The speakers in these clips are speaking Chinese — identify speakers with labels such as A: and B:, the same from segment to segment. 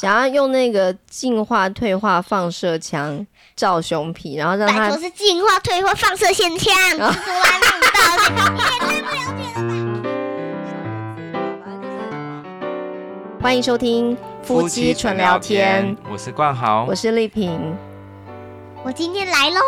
A: 想要用那个进化退化放射枪照熊皮，然后让
B: 拜
A: 他
B: 托是进化、退化、放射线枪，从来梦啊到的。
A: 欢迎收听夫妻纯聊天，，
C: 我是冠豪
A: 我，是丽萍。
B: 我今天来喽，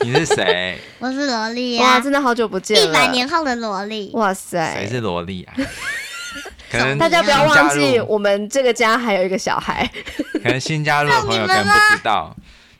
C: 你是 谁？
B: 我是萝莉
A: 哇，
B: 啊，
A: 真的好久不见了，
B: 一百年后的萝莉。
A: 哇
C: 谁
A: 塞！
C: 是萝 莉啊？可能
A: 大家不要
C: 新加
A: 忘记，
C: 入
A: 我们这个家还有一个小孩。
C: 可能新加入的朋友可能不知道，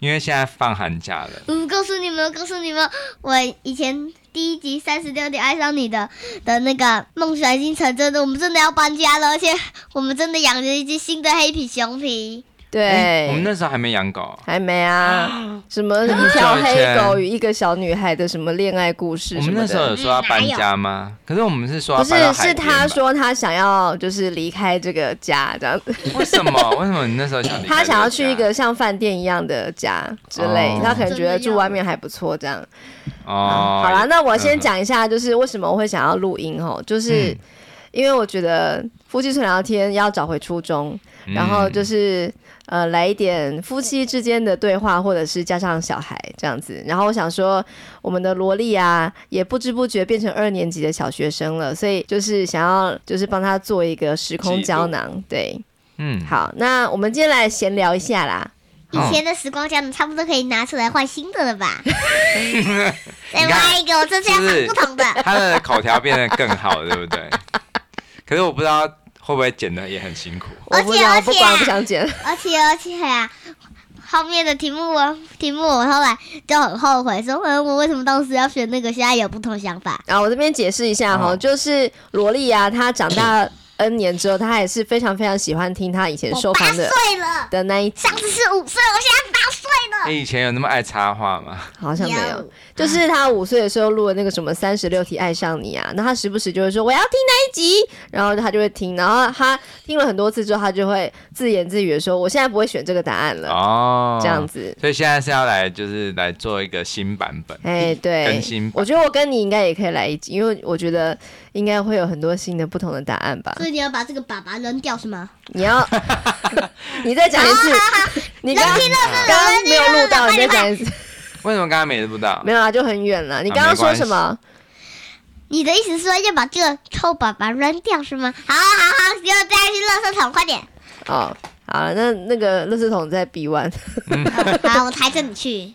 C: 因为现在放寒假了。
B: 嗯，告诉你们，告诉你们，我以前第一集《三十六点爱上你的》的那个梦想已经成真了，我们真的要搬家了，而且我们真的养着一只新的黑皮熊皮。
C: 诶我们
A: 对，
C: 那时候还没养狗，
A: 还没 啊？什么一条黑狗与一个小女孩的什么恋爱故事
C: 我
A: 什
C: 们
A: 么
C: 那时候
A: 的？
C: 有说要搬家吗？可是我们是说要
A: 不
C: 搬到
A: 是，
C: 海
A: 是
C: 边
A: 他
C: 吧，
A: 说他想要就是离开这个家，这样子。
C: 为什么？为什么你那时候想离开这家？
A: 他想要去一个像饭店一样的家之类，
C: 哦
A: 他可能觉得住外面还不错这样。嗯
C: 哦，
A: 好啦，那我先
C: 嗯
A: 讲一下，就是为什么我会想要录音哦，就是
C: 嗯
A: 因为我觉得夫妻纯聊天要找回初衷，
C: 嗯
A: 然后就是呃来一点夫妻之间的对话，或者是加上小孩这样子。然后我想说，我们的萝莉啊，也不知不觉变成二年级的小学生了，所以就是想要就是帮他做一个时空
C: 记录
A: 胶囊。对，
C: 嗯，
A: 好，那我们今天来闲聊一下啦。
B: 以前的时光胶囊差不多可以拿出来换新的了吧？再
C: 你看
B: 挖一个，我这次要换不同的。
C: 他的口条变得更好，对不对？可是我不知道会不会剪的也很辛苦。
A: 我不
B: 而且啊
A: 想，我
B: 而
A: 不
B: 且
A: 管，我不想 剪。
B: 而且而且啊，后面的题目我题目我后来就很后悔，说嗯，我为什么当时要选那个？现在有不同想 法。
A: 然后我这边解释一下哈、
C: 哦
A: 就是萝莉啊，她长大 N 年之后，她也是非常非常喜欢听她以前
B: 我
A: 受
B: 八
A: 访的
B: 岁了，
A: 的那一集，
B: 上次是五岁，我现在八岁了。
C: 你以前有那么爱插话吗？
A: 好像没有。就是她五岁的时候录的那个什么三十六题爱上你啊，那她时不时就会说我要听那一集，然后她就会听，然后她听了很多次之后，她就会自言自语的说我现在不会选这个答案了，
C: 哦，
A: 这样。子。
C: 所以现在是要来，就是来做一个新版本。
A: 哎、对
C: 更新，版
A: 我觉得我跟你应该也可以来一集，因为我觉得应该会有很多新的不同的答案吧。
B: 所以你要把这个粑粑扔掉是吗？
A: 你要， 你再讲一次，你刚刚刚刚没有录到，你再讲一次，
C: 为什么刚才没录到
A: 没？有啊，就很远了。你刚刚说什么？
B: 你的意思是说要把这个臭粑粑扔掉是吗？好，好，好，给我带去垃圾桶，快 点！
A: 哦，好了，那那个垃圾桶在 B one。
B: 好，我抬着你去。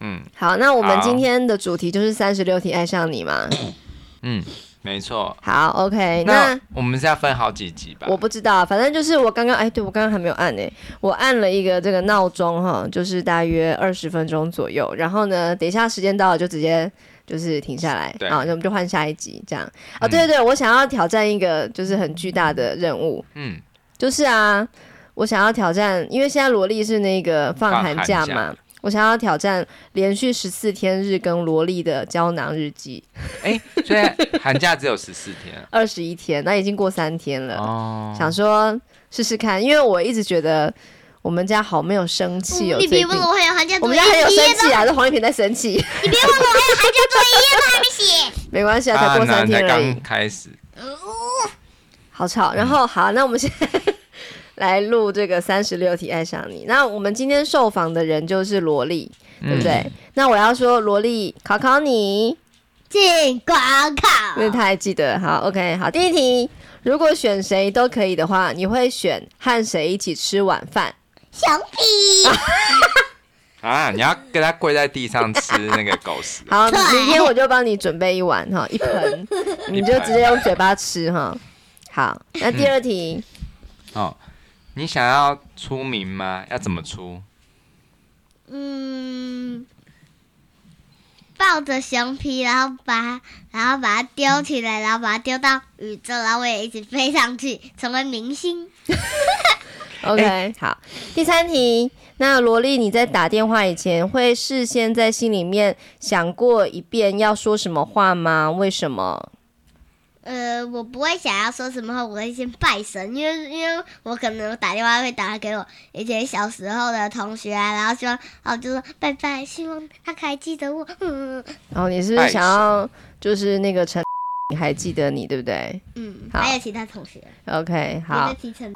C: 嗯
A: 好，那我们
C: 好
A: 今天的主题就是三十六题爱上你嘛。
C: 嗯，没错。
A: 好，OK，
C: 那
A: 哎那。
C: 我们是要分好几集吧？
A: 我不知道，反正就是我刚刚，哎，对我刚刚还没有按哎、我按了一个这个闹钟哈，就是大约二十分钟左右，然后呢，等一下时间到了就直接就是停下来，
C: 对嗯
A: 啊，那我们就换下一集这样。啊、对对对，我想要挑战一个就是很巨大的任务，
C: 嗯，
A: 就是啊，我想要挑战，因为现在萝莉是那个放寒假
C: 放寒
A: 嘛。我想要挑战连续十四天日更萝莉的胶囊日记，
C: 哎、所以寒假只有十四 天啊
A: 二十一天，那已经过三天了。
C: 哦。
A: 呃想说试试看，因为我一直觉得我们家好没有生气哦，
B: 嗯你
A: 最
B: 别
A: 近
B: 问我还有寒假
A: 我
B: 作
A: 们
B: 业，
A: 家很有
B: 你
A: 生
B: 也都
A: 气啊，是黄一平在生气，
B: 你别问我还有寒假作业都还没 写。嗯
A: 没关系啊，才
C: 啊，
A: 过
C: 那
A: 三
C: 才
A: 天而已
C: 刚，嗯开始。
A: 好吵。然后好，那我们现在来录这个三十六题爱上你。那我们今天受访的人就是萝莉，对不对？
C: 嗯
A: 那我要说萝莉考考你，
B: 进广
C: 嗯
A: 因为
B: 告。
A: 他还记得。好，OK，好，第一题，如果选谁都可以的话，你会选和谁一起吃晚饭？。
B: 小屁，
C: 啊，你要跟他跪在地上吃那个狗食
A: 好，
B: 对
A: 明天我就帮你准备一碗哈，一盆，你就直接用嘴巴吃哈。好，那第二题，
C: 哦，你想要出名吗？要怎么出？
B: 嗯，抱着熊皮，然后把然后把它丢起来，然后把它丢到宇宙，然后我也一直飞上去，成为明星。
A: OK，、好，第三题。那萝莉，你在打电话以前会事先在心里面想过一遍要说什么话吗？为什么？
B: 呃，我不会想要说什么话，我会先拜神，因为因为我可能打电话会打给我以前小时候的同学啊，然后希望，然后就说拜拜，希望他还记得我，嗯
A: 然后你是不是想要就是那个陈，你还记得你对不对
B: 嗯，
A: 好
B: 还有其他同学，
A: ？OK，
B: 别
A: 好
B: 再，提成。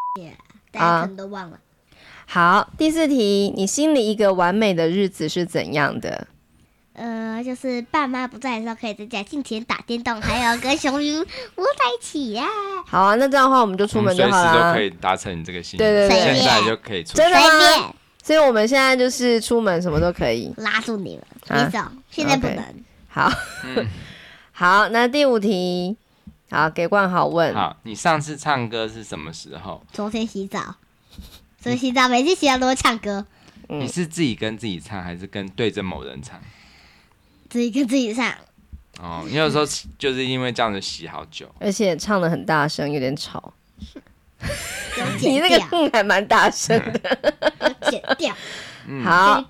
B: 大家可能都忘了。
A: 好，第四题，你心里一个完美的日子是怎样的？
B: 呃，就是爸妈不在的时候，可以在家尽情打电动，还有跟熊云窝在一起呀、
A: 好啊，那这样的话我们就出
C: 我们
A: 门
C: 嗯随
A: 就
C: 时
A: 好
C: 都
A: 啦
C: 可。以达成你这个心
A: 对对
C: 愿，
B: 对
C: 现在就可以出去。
A: 真
B: 随
A: 的吗？
B: 便
A: 所以我们现在就是出门什么都可以。
B: 拉住你了，
A: 啊
B: 你走，现在不
A: OK
B: 能。
A: 好，
C: 嗯
A: 好，那第五题，好，给冠豪问。
C: 好，你上次唱歌是什么时候？
B: 昨天洗澡，所以洗澡每次洗澡都会唱歌，
A: 嗯
C: 你是自己跟自己唱，还是跟对着某人唱？
B: 自己跟自己唱。
C: 哦，你有时候就是因为这样子洗好久，
A: 而且唱的很大声，有点吵。
B: 有
A: 你
B: 剪
A: 那个
B: 掉，
A: 嗯还蛮大声的。
B: 有剪掉。
C: 嗯
A: 好，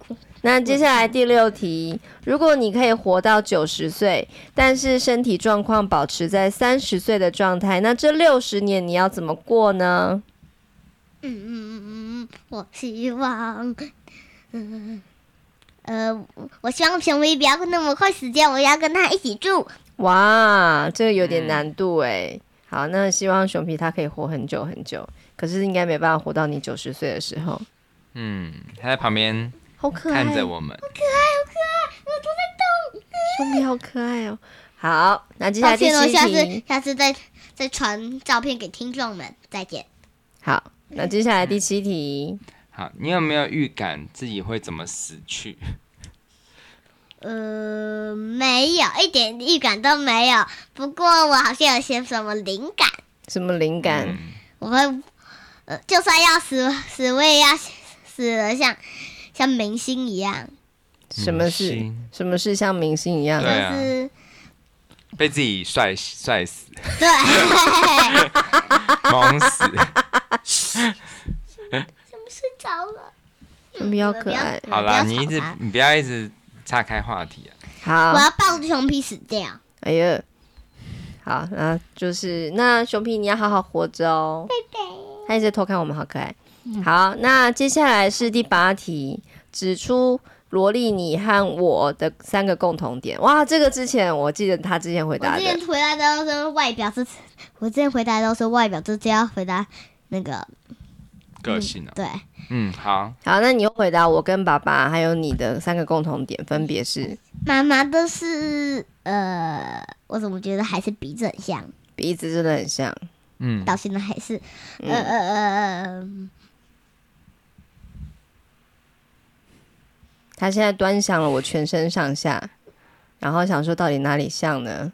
A: 那接下来第六题，如果你可以活到九十岁，但是身体状况保持在三十岁的状态，那这六十年你要怎么过呢？
B: 嗯嗯嗯嗯嗯，我希望，嗯， 呃，我希望熊威不要那么快死掉，我要跟他一起住。
A: 哇，这个有点
C: 嗯
A: 难度哎。好，那希望熊皮它可以活很久很久，可是应该没办法活到你九十岁的时候。
C: 嗯，他在旁边
A: 好可爱，
C: 看着我们，
A: 熊皮好可爱哦。好，那接下
B: 抱
A: 来第
B: 歉哦，
A: 七
B: 下次
A: 题。
B: 下次再再传照片给听众们，再见。
A: 好，那接下来第七题，
C: 好，你有没有预感自己会怎么死去？
B: 呃，没有一点预感都没有，不过我好像有些什么灵感，
A: 什么灵感？
C: 嗯
B: 我会，呃，就算要死死，我也要死的像像明星一样，
A: 什么
C: 明
A: 事
C: 星？
A: 什么事像明星一样
B: 就
C: 对？啊
B: 是
C: 被自己帅帅死，
B: 对
C: 懵死。
B: 睡着了。
A: 熊皮好可爱。
B: 不要
C: 好啦，
B: 不要
C: 你一直
B: 吵他
C: 你不要一直岔开话题啊。
A: 好
B: 我，要抱着熊皮死掉，
A: 哎呀，好，那就是那熊皮你要好好活着哦。他一直偷看我们，好可爱。
B: 嗯
A: 好，那接下来是第八题，指出萝莉你和我的三个共同点。哇，这个之前我记得他之前回
B: 我
A: 答
B: 之
A: 的，
B: 前回答都是外表是，我之前回答都是外表是只要回答那个
C: 个性啊，
B: 对，
C: 嗯，好，
A: 好，那你又回答我跟爸爸还有你的三个共同点分别是
B: 妈妈都是呃，我怎么觉得还是鼻子很像，
A: 鼻子真的很像，
C: 嗯，
B: 到现在还是
A: 嗯
B: 呃呃呃呃，
A: 他现在端详了我全身上下，然后想说到底哪里像呢？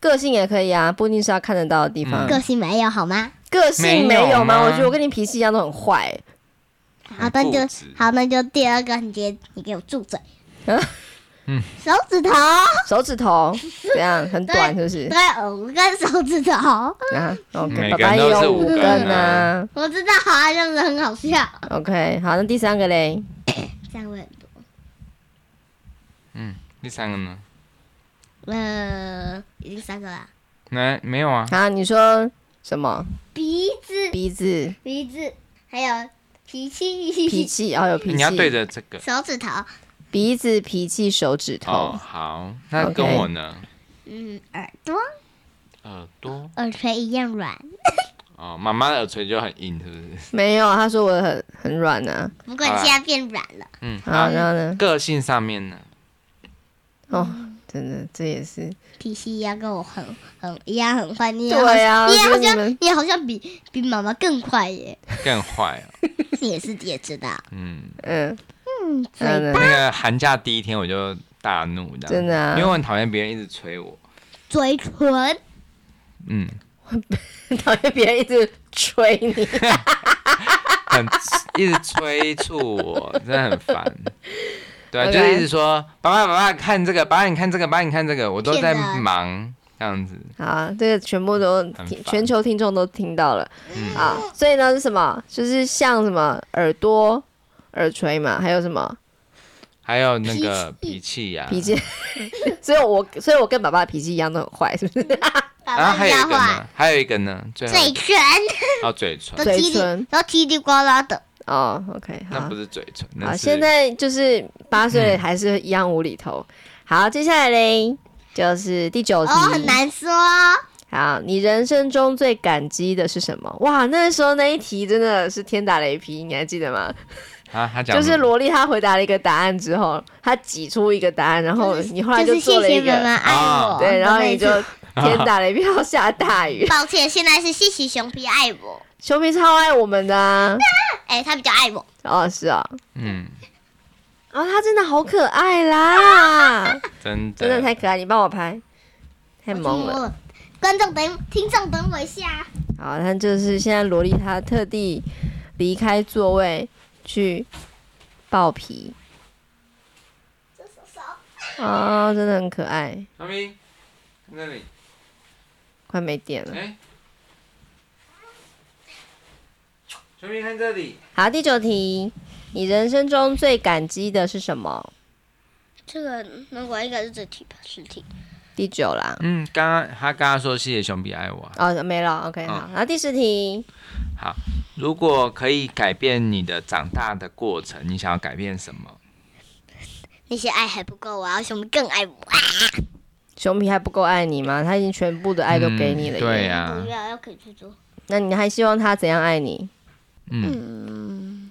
A: 个性也可以啊，不一定是要看得到的地方。
C: 嗯
B: 个性没有好吗？
A: 个性没有
C: 没有吗
A: 我觉得我跟你脾气一样都很坏。嗯
B: 好，那就
C: 固执
B: 好，那就第二个，你给你给我住嘴。
C: 嗯
B: 手指头，
A: 手指头怎样很短是不是？
B: 对，五根手指头，
A: 啊，OK，
C: 每
A: 爸
C: 个
A: 爸
C: 人
A: 也
C: 都是
A: 有
C: 五
A: 根
C: 根
A: 啊
C: 啊。
B: 我知道，好像这样子很好笑，
A: OK，好，那第三个嘞，
B: 这样会很多。
C: 第三个呢？
B: 呃，已经三个了，
C: 没没有啊？
A: 啊，你说什么？
B: 鼻子，
A: 鼻子、
B: 鼻子，还有脾气，
A: 脾气，哦，有脾气。
C: 你要对着这个
B: 手指头，
A: 鼻子、脾气、手指
C: 哦。
A: 头。
C: 好，那
A: OK
C: 跟我呢？
B: 嗯，耳朵，
C: 耳朵
B: 耳垂一样软，
C: 哦，妈妈的耳垂就很硬，是不是？
A: 没有，他说我很很软啊。
B: 不过你现在变软了。
C: 嗯，好
A: 好，，然后呢？
C: 个性上面呢？
A: 哦，
C: 嗯
A: 真的，这也是。
B: 脾气一样跟我很很一样很坏，你也好
A: 对啊，我
B: 你也
A: 觉得
B: 好
A: 你
B: 像
A: 们
B: 你好像比比妈妈更快耶，
C: 更坏哦。
B: 你也是你也知道，
C: 嗯，
A: 嗯，
B: 嗯，嘴
A: 真 的
C: 那个寒假第一天我就大怒，这样
A: 真的啊
C: 因为我很讨厌别人一直捶我。
B: 嘴唇，
C: 嗯，
A: 讨厌别人一直吹 你。
C: 很 一直催促我，真的 很烦。对啊
A: OK
C: 就是一直说爸爸爸爸看这个，爸爸你看这个，爸爸你看这个，我都在
B: 骗人
C: 忙这样子。
A: 好，这个全部都
C: 烦嗯
A: 听全球听众都听到了、啊，所以呢是什么？就是像什么耳朵、耳垂嘛，还有什么
C: 还有那个脾气呀、
A: 脾气， 所以我所以我跟爸爸的脾气一样都很坏，是不 是？
B: 爸
C: 然
B: 爸
C: 后啊还有一
B: 要
C: 个
B: 画
C: 呢，啊还有一个呢，最后
B: 嘴唇
C: 哦嘴唇
B: 都，
A: 嘴
B: 叽里
A: 唇
B: 都叽里呱啦的，
A: 哦，OK，
C: 那
A: 好
C: 不，是嘴唇，那
A: 好，
C: 是
A: 现在就是八 岁还是一样无厘头。好，接下来嘞就是第九
B: 哦
A: 题，，
B: 很难说哦，
A: 好，你人生中最感激的是什么？哇，那时候那一题真的是天打雷劈，你还记得吗？
C: 啊，他讲
A: 就是
C: 什么
A: 萝莉她回答了一个答案之后，她挤出一个答案，然后哦你后来
B: 就是
A: 做
B: 谢
A: 了一
B: 谢
A: 个，
B: 妈哦妈爱我，
C: 啊
A: 对，然后
B: 那
A: 你就天打雷劈，要下大 雨。
B: 抱歉，现在是谢谢熊皮爱我，
A: 熊皮超爱我们的、啊，
B: 哎、他比较爱我，
A: 哦，是啊、
C: 嗯，
A: 哦，啊，他真的好可爱啦，
C: 真的
A: 真的太可爱，你帮我拍，太
B: 我
A: 萌
B: 去摸
A: 了。
B: 了。观众等，听众等我一下。
A: 好，那就是现在萝莉她特地离开座位去抱皮，
B: 这手手，
A: 啊、真的很可爱，
C: 妈咪，那里，
A: 快没电了。
C: 哎，小明看这里，
A: 好，第九题，你人生中最感激的是什么？
B: 这个那我应该是这题吧，是题。
A: 第九啦，
C: 嗯，刚刚他刚刚说谢谢熊比爱我啊，
A: 哦，没了，OK，好，
C: 啊
A: 然后第十题，
C: 如果可以改变你的长大的过程，你想要改变什么？
B: 那些爱还不够，我要熊皮更爱我。
A: 熊皮还不够爱你吗？他已经全部的爱都给你了、
C: 嗯对、呀、
B: 不要，要可以去做。
A: 那你还希望他怎样爱你？
C: 嗯，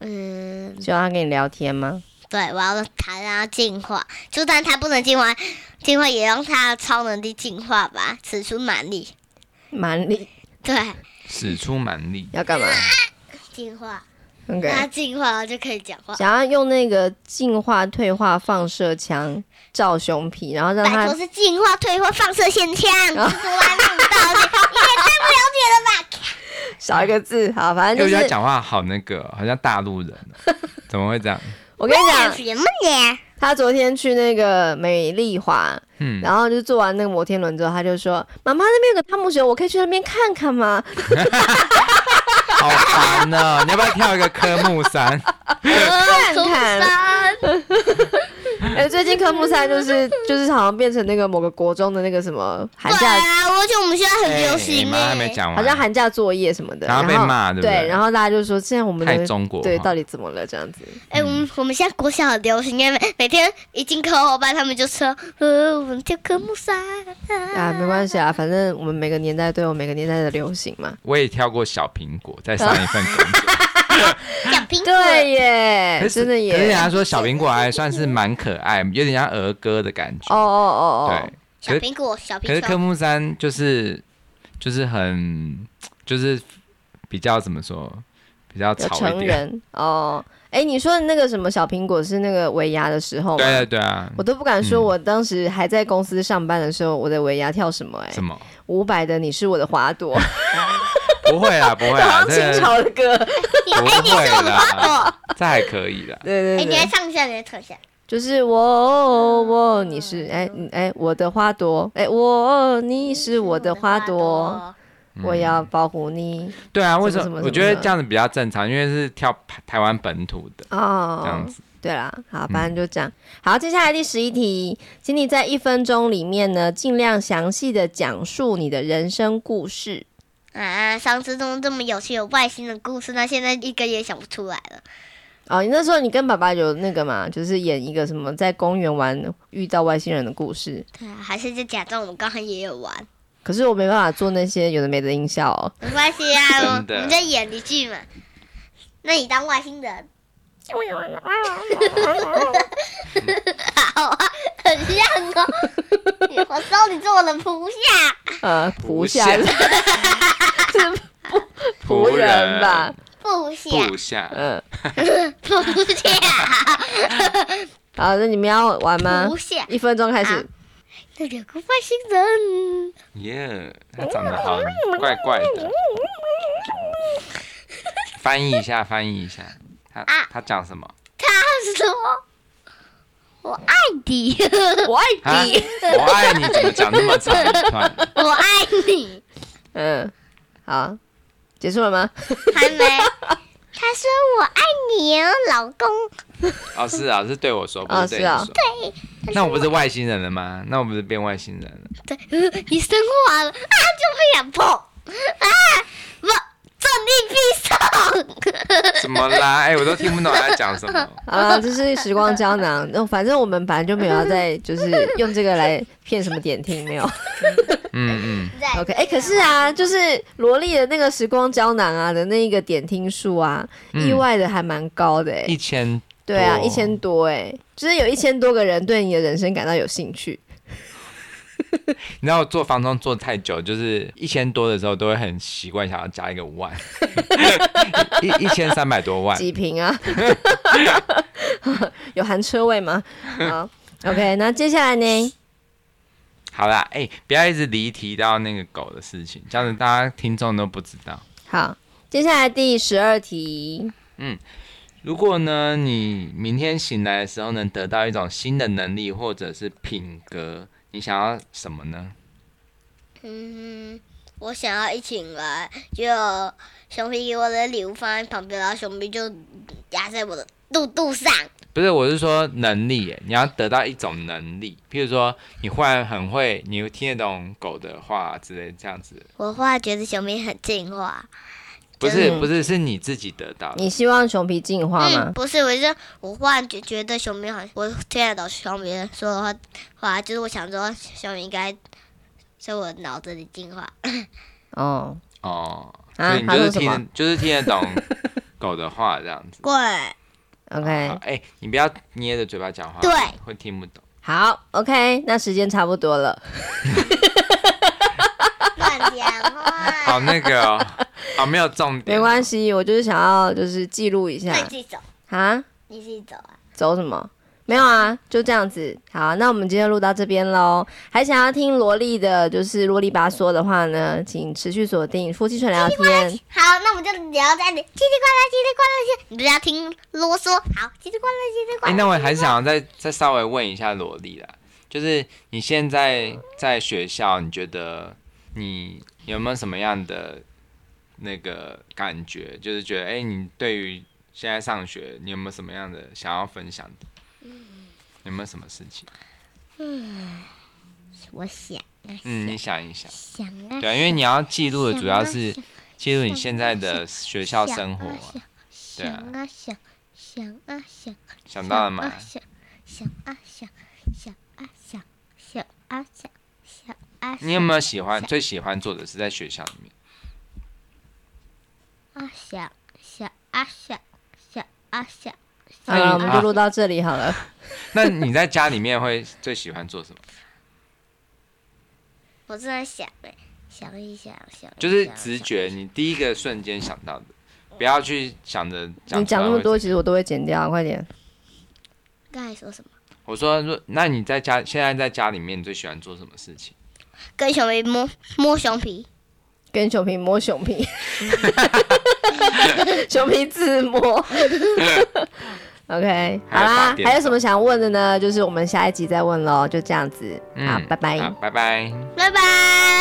B: 嗯，
A: 希望他跟你聊天吗？
B: 对，我要他让他进化，就算他不能进化，进化也用他的超能力进化吧，使出蛮力。
A: 蛮力
B: 对，
C: 使出蛮力，
A: 要干嘛
B: 进化，
A: ？OK，
B: 让他进化了就可以讲话。
A: 想要用那个进化退化放射枪照熊皮，然后让
B: 拜
A: 他
B: 托是进化、退化、放射线枪，从
C: 哦
B: 来没有 道理，你也太不了解了吧？
A: 少一个字。好，反
C: 因为
A: 正
C: 我
A: 就
C: 觉得他
A: 是
C: 讲话好那个，好像大陆人 哦，怎么会这样？
A: 我跟你
B: 讲
A: 讲，
B: 什么呢？
A: 他昨天去那个美丽华，
C: 嗯，
A: 然后就坐完那个摩天轮之后，他就说：“妈妈那边有个汤姆熊，我可以去那边看看吗
C: 好烦哦！你要不要跳一个科目 三？？”
A: 看
B: 出
A: 看。
B: 生，
A: 哎、最近科目三就是就是好像变成那个某个国中的那个什么寒
B: 对
A: 假，
B: 啊，我觉得我们现在很流
C: 哎
B: 行
C: 妈还
B: 哎、
C: 没讲完，
A: 欸好像寒假作业什么的，
C: 然后被骂对不对
A: 然后大家就说现在我们
C: 太
A: 的
C: 中国化
A: 对到底怎么了这样子？
B: 哎、我们我们现在国小很流行哎，每每天一进课后班，他们就说，呃，我们跳科目三
A: 啊，
B: 嗯
A: 没关系啊，反正我们每个年代都有每个年代的流行嘛。
C: 我也跳过小苹果，在上一份工作。
B: 小 苹果，
A: 对
C: 可
A: 耶，
C: 是
A: 哎真的
C: 可是人啊
A: 耶。
C: 家说小苹果还算是蛮可爱，有点像儿歌的感觉。
A: 哦哦哦
C: 对，
B: 小苹果，小
C: 可是
B: 苹
C: 科
B: 果，
C: 目三就是就是很就是比较怎么说，比较
A: 哦，有
C: 吵一
A: 成
C: 点。
A: 人哦。哎、你说的那个什么小苹果是那个尾牙的时候吗？
C: 对对对啊，
A: 我都不敢说，
C: 嗯
A: 我当时还在公司上班的时候，我的尾牙跳什么、哎
C: 什，么
A: 伍佰的《你是我的花 朵》，
C: 不会啊啦，不会啦，
A: 好像
C: 这
A: 清朝的歌。
B: 你哎、
C: 不
B: 你是我
C: 会
B: 的花朵，
C: 啦，这还可以 啦。
A: 对
B: 哎、
A: 对
B: 你
A: 对，
B: 来唱一下，你来唱一下，
A: 就是我我你是哎嗯哎我的花朵，哎我你是我的花朵，，
C: 嗯
A: 我要保护你
C: 对啊，为什
A: 什么什么
C: 我觉得
A: 什么
C: 这样子比较正常，因为是跳台湾本土的
A: 哦。
C: 这样子。
A: 对啦，好，反正就这样。好，接下来第十一题，请你在一分钟里面呢，尽量详细的讲述你的人生故事。
B: 啊，上次中这么有趣有外星的故事，那现在一个也想不出来了。
A: 哦，你那时候你跟爸爸有那个嘛，就是演一个什么在公园玩遇到外星人的故事。
B: 对啊，还是就假装我们刚刚也有玩，
A: 可是我没办法做那些有的没的音效哦。
B: 没关系啊，我
C: 真的
B: 我们在演一句嘛。那你当外星 人，好啊，很像哦。我说你做了仆下，
A: 呃，
C: 不
A: 不下
C: 下
A: 是仆人吧？
B: 仆下，
C: 部下，
A: 嗯，
B: 仆下，
A: 好，那你们要玩 吗
B: 仆？下。
A: 一分钟开
B: 好
A: 始。
B: 那有个外星人，
C: 耶，他长
A: 哎
C: 得好怪怪 的。翻译一下，翻译一下，他
B: 啊
C: 他讲什么？
B: 他说：“我爱 你，
A: 我
C: 啊
A: 爱你。
C: 我爱你，怎么讲 那么长一串？
B: 我爱你。
A: 嗯，好，结束了吗？”
B: 还没。他说：“我爱你哦，老公。
C: 哦，是啊，是对我说，不
A: 哦
C: 是对你
A: 是啊
C: 说。那我不是外星人了吗？那我不是变外星人了？”
B: 对，呃你生化了啊，就不想碰啊！我祝你必胜。
C: 什 么啦？哎、我都听不懂他在讲什么。
A: 啊，这是时光胶囊。那反正我们本来就没有要再就是用这个来骗什么点听，没有。
C: 嗯嗯，
B: 在
A: OK，哎、可是啊，就是萝莉的那个时光胶囊啊的那一个点听数啊，
C: 嗯
A: 意外的还蛮高的哎、
C: 一千
A: 对啊，
C: 多哦
A: 一千多哎、就是有一千多个人对你的人生感到有兴趣。
C: 你知道我做房东做太久，就是一千多的时候都会很习惯想要加一个 万，一一千三百多万。
A: 几平啊？有含车位吗？好，OK，那接下来呢？
C: 好啦，哎、不要一直离题到那个狗的事情，这样子大家听众都不知道。
A: 好，接下来第十二题，
C: 如果呢，你明天醒来的时候能得到一种新的能力或者是品格，你想要什么呢？
B: 嗯，我想要一醒来就熊皮给我的礼物放在旁边，然后熊皮就压在我的肚肚上。
C: 不是，我是说能力耶，你要得到一种能力，譬如说你忽然很会，你又听得懂狗的话之类这样子。
B: 我忽然觉得熊皮很进化，
C: 不是
A: 嗯
C: 不是，是你自己得到的。
A: 你希望熊皮进化吗？
B: 嗯，不是，我是我忽然觉觉得熊皮好像，我听得懂熊皮说的话，话就是我想说熊皮应该在我脑子里进化。
C: 嗯
A: 哦，
C: 哦，
A: 啊
C: 所以你
A: 他
C: 就是
A: 说什
C: 听
A: 么
C: 得，就是听得懂狗的话这样 子。
B: 对，
A: OK，
C: 好哎、你不要捏着嘴巴讲话，
B: 对
C: 会听不懂。
A: 好，OK，那时间差不多了。
B: 乱讲话，
C: 好，那个、哦，好，没有重点，
A: 没关
C: 系。
A: 系，我就是想要就是记录一下
B: 那你自己走，
A: 啊，
B: 你自己走啊。
A: 走什么？没有啊，就这样子。好，那我们今天录到这边喽。还想要听萝莉的，就是啰里吧嗦的话呢，请持续锁定夫妻纯聊天。
B: 好，那我们就聊在这里，叽里呱啦，叽里呱啦，叽里你不是要听啰嗦？好，叽里呱啦，叽里呱
C: 哎、
B: 啦。
C: 那我还是想要再再稍微问一下萝莉啦，就是你现在在学校，你觉得你有没有什么样的那个感觉？就是觉得，哎、你对于现在上学，你有没有什么样的想要分享的？有没有什么事情？
B: 我想啊
C: 嗯，你想一想。
B: 想啊，
C: 对啊，因为你要记录的主要是
B: 想
C: 记录你现在的学校生活啊、对
B: 想
C: 啊
B: 啊想，想啊想，
C: 想到了吗？
B: 想想啊想，想啊想，想啊想，想啊想，
C: 你有没有喜欢最喜欢做的事在学校里面？
B: 啊想，想啊想，想啊想，
A: 好了，我们就
C: 啊
A: 录到这里好了。
C: 那你在家里面会最喜欢做什么？
B: 我正在想哎，想一想想，
C: 就是直。觉，你第一个瞬间想到的，不要去想着
A: 你
C: 出来
A: 讲那么
C: 会
A: 多，
C: 怎
A: 其实我都会剪掉，啊快点。
B: 刚才说什么？
C: 样。我说，若那你在家现在在家里面，你最喜欢做什么事情？
B: 跟熊皮摸摸熊皮，
A: 跟熊皮摸熊 皮，熊皮自摸。OK，好啦，
C: 还有打电脑
A: 还有什么想问的呢？就是我们下一集再问喽，就这样子，
C: 嗯，
A: 好，拜拜。
C: 好，拜拜。
B: 拜拜。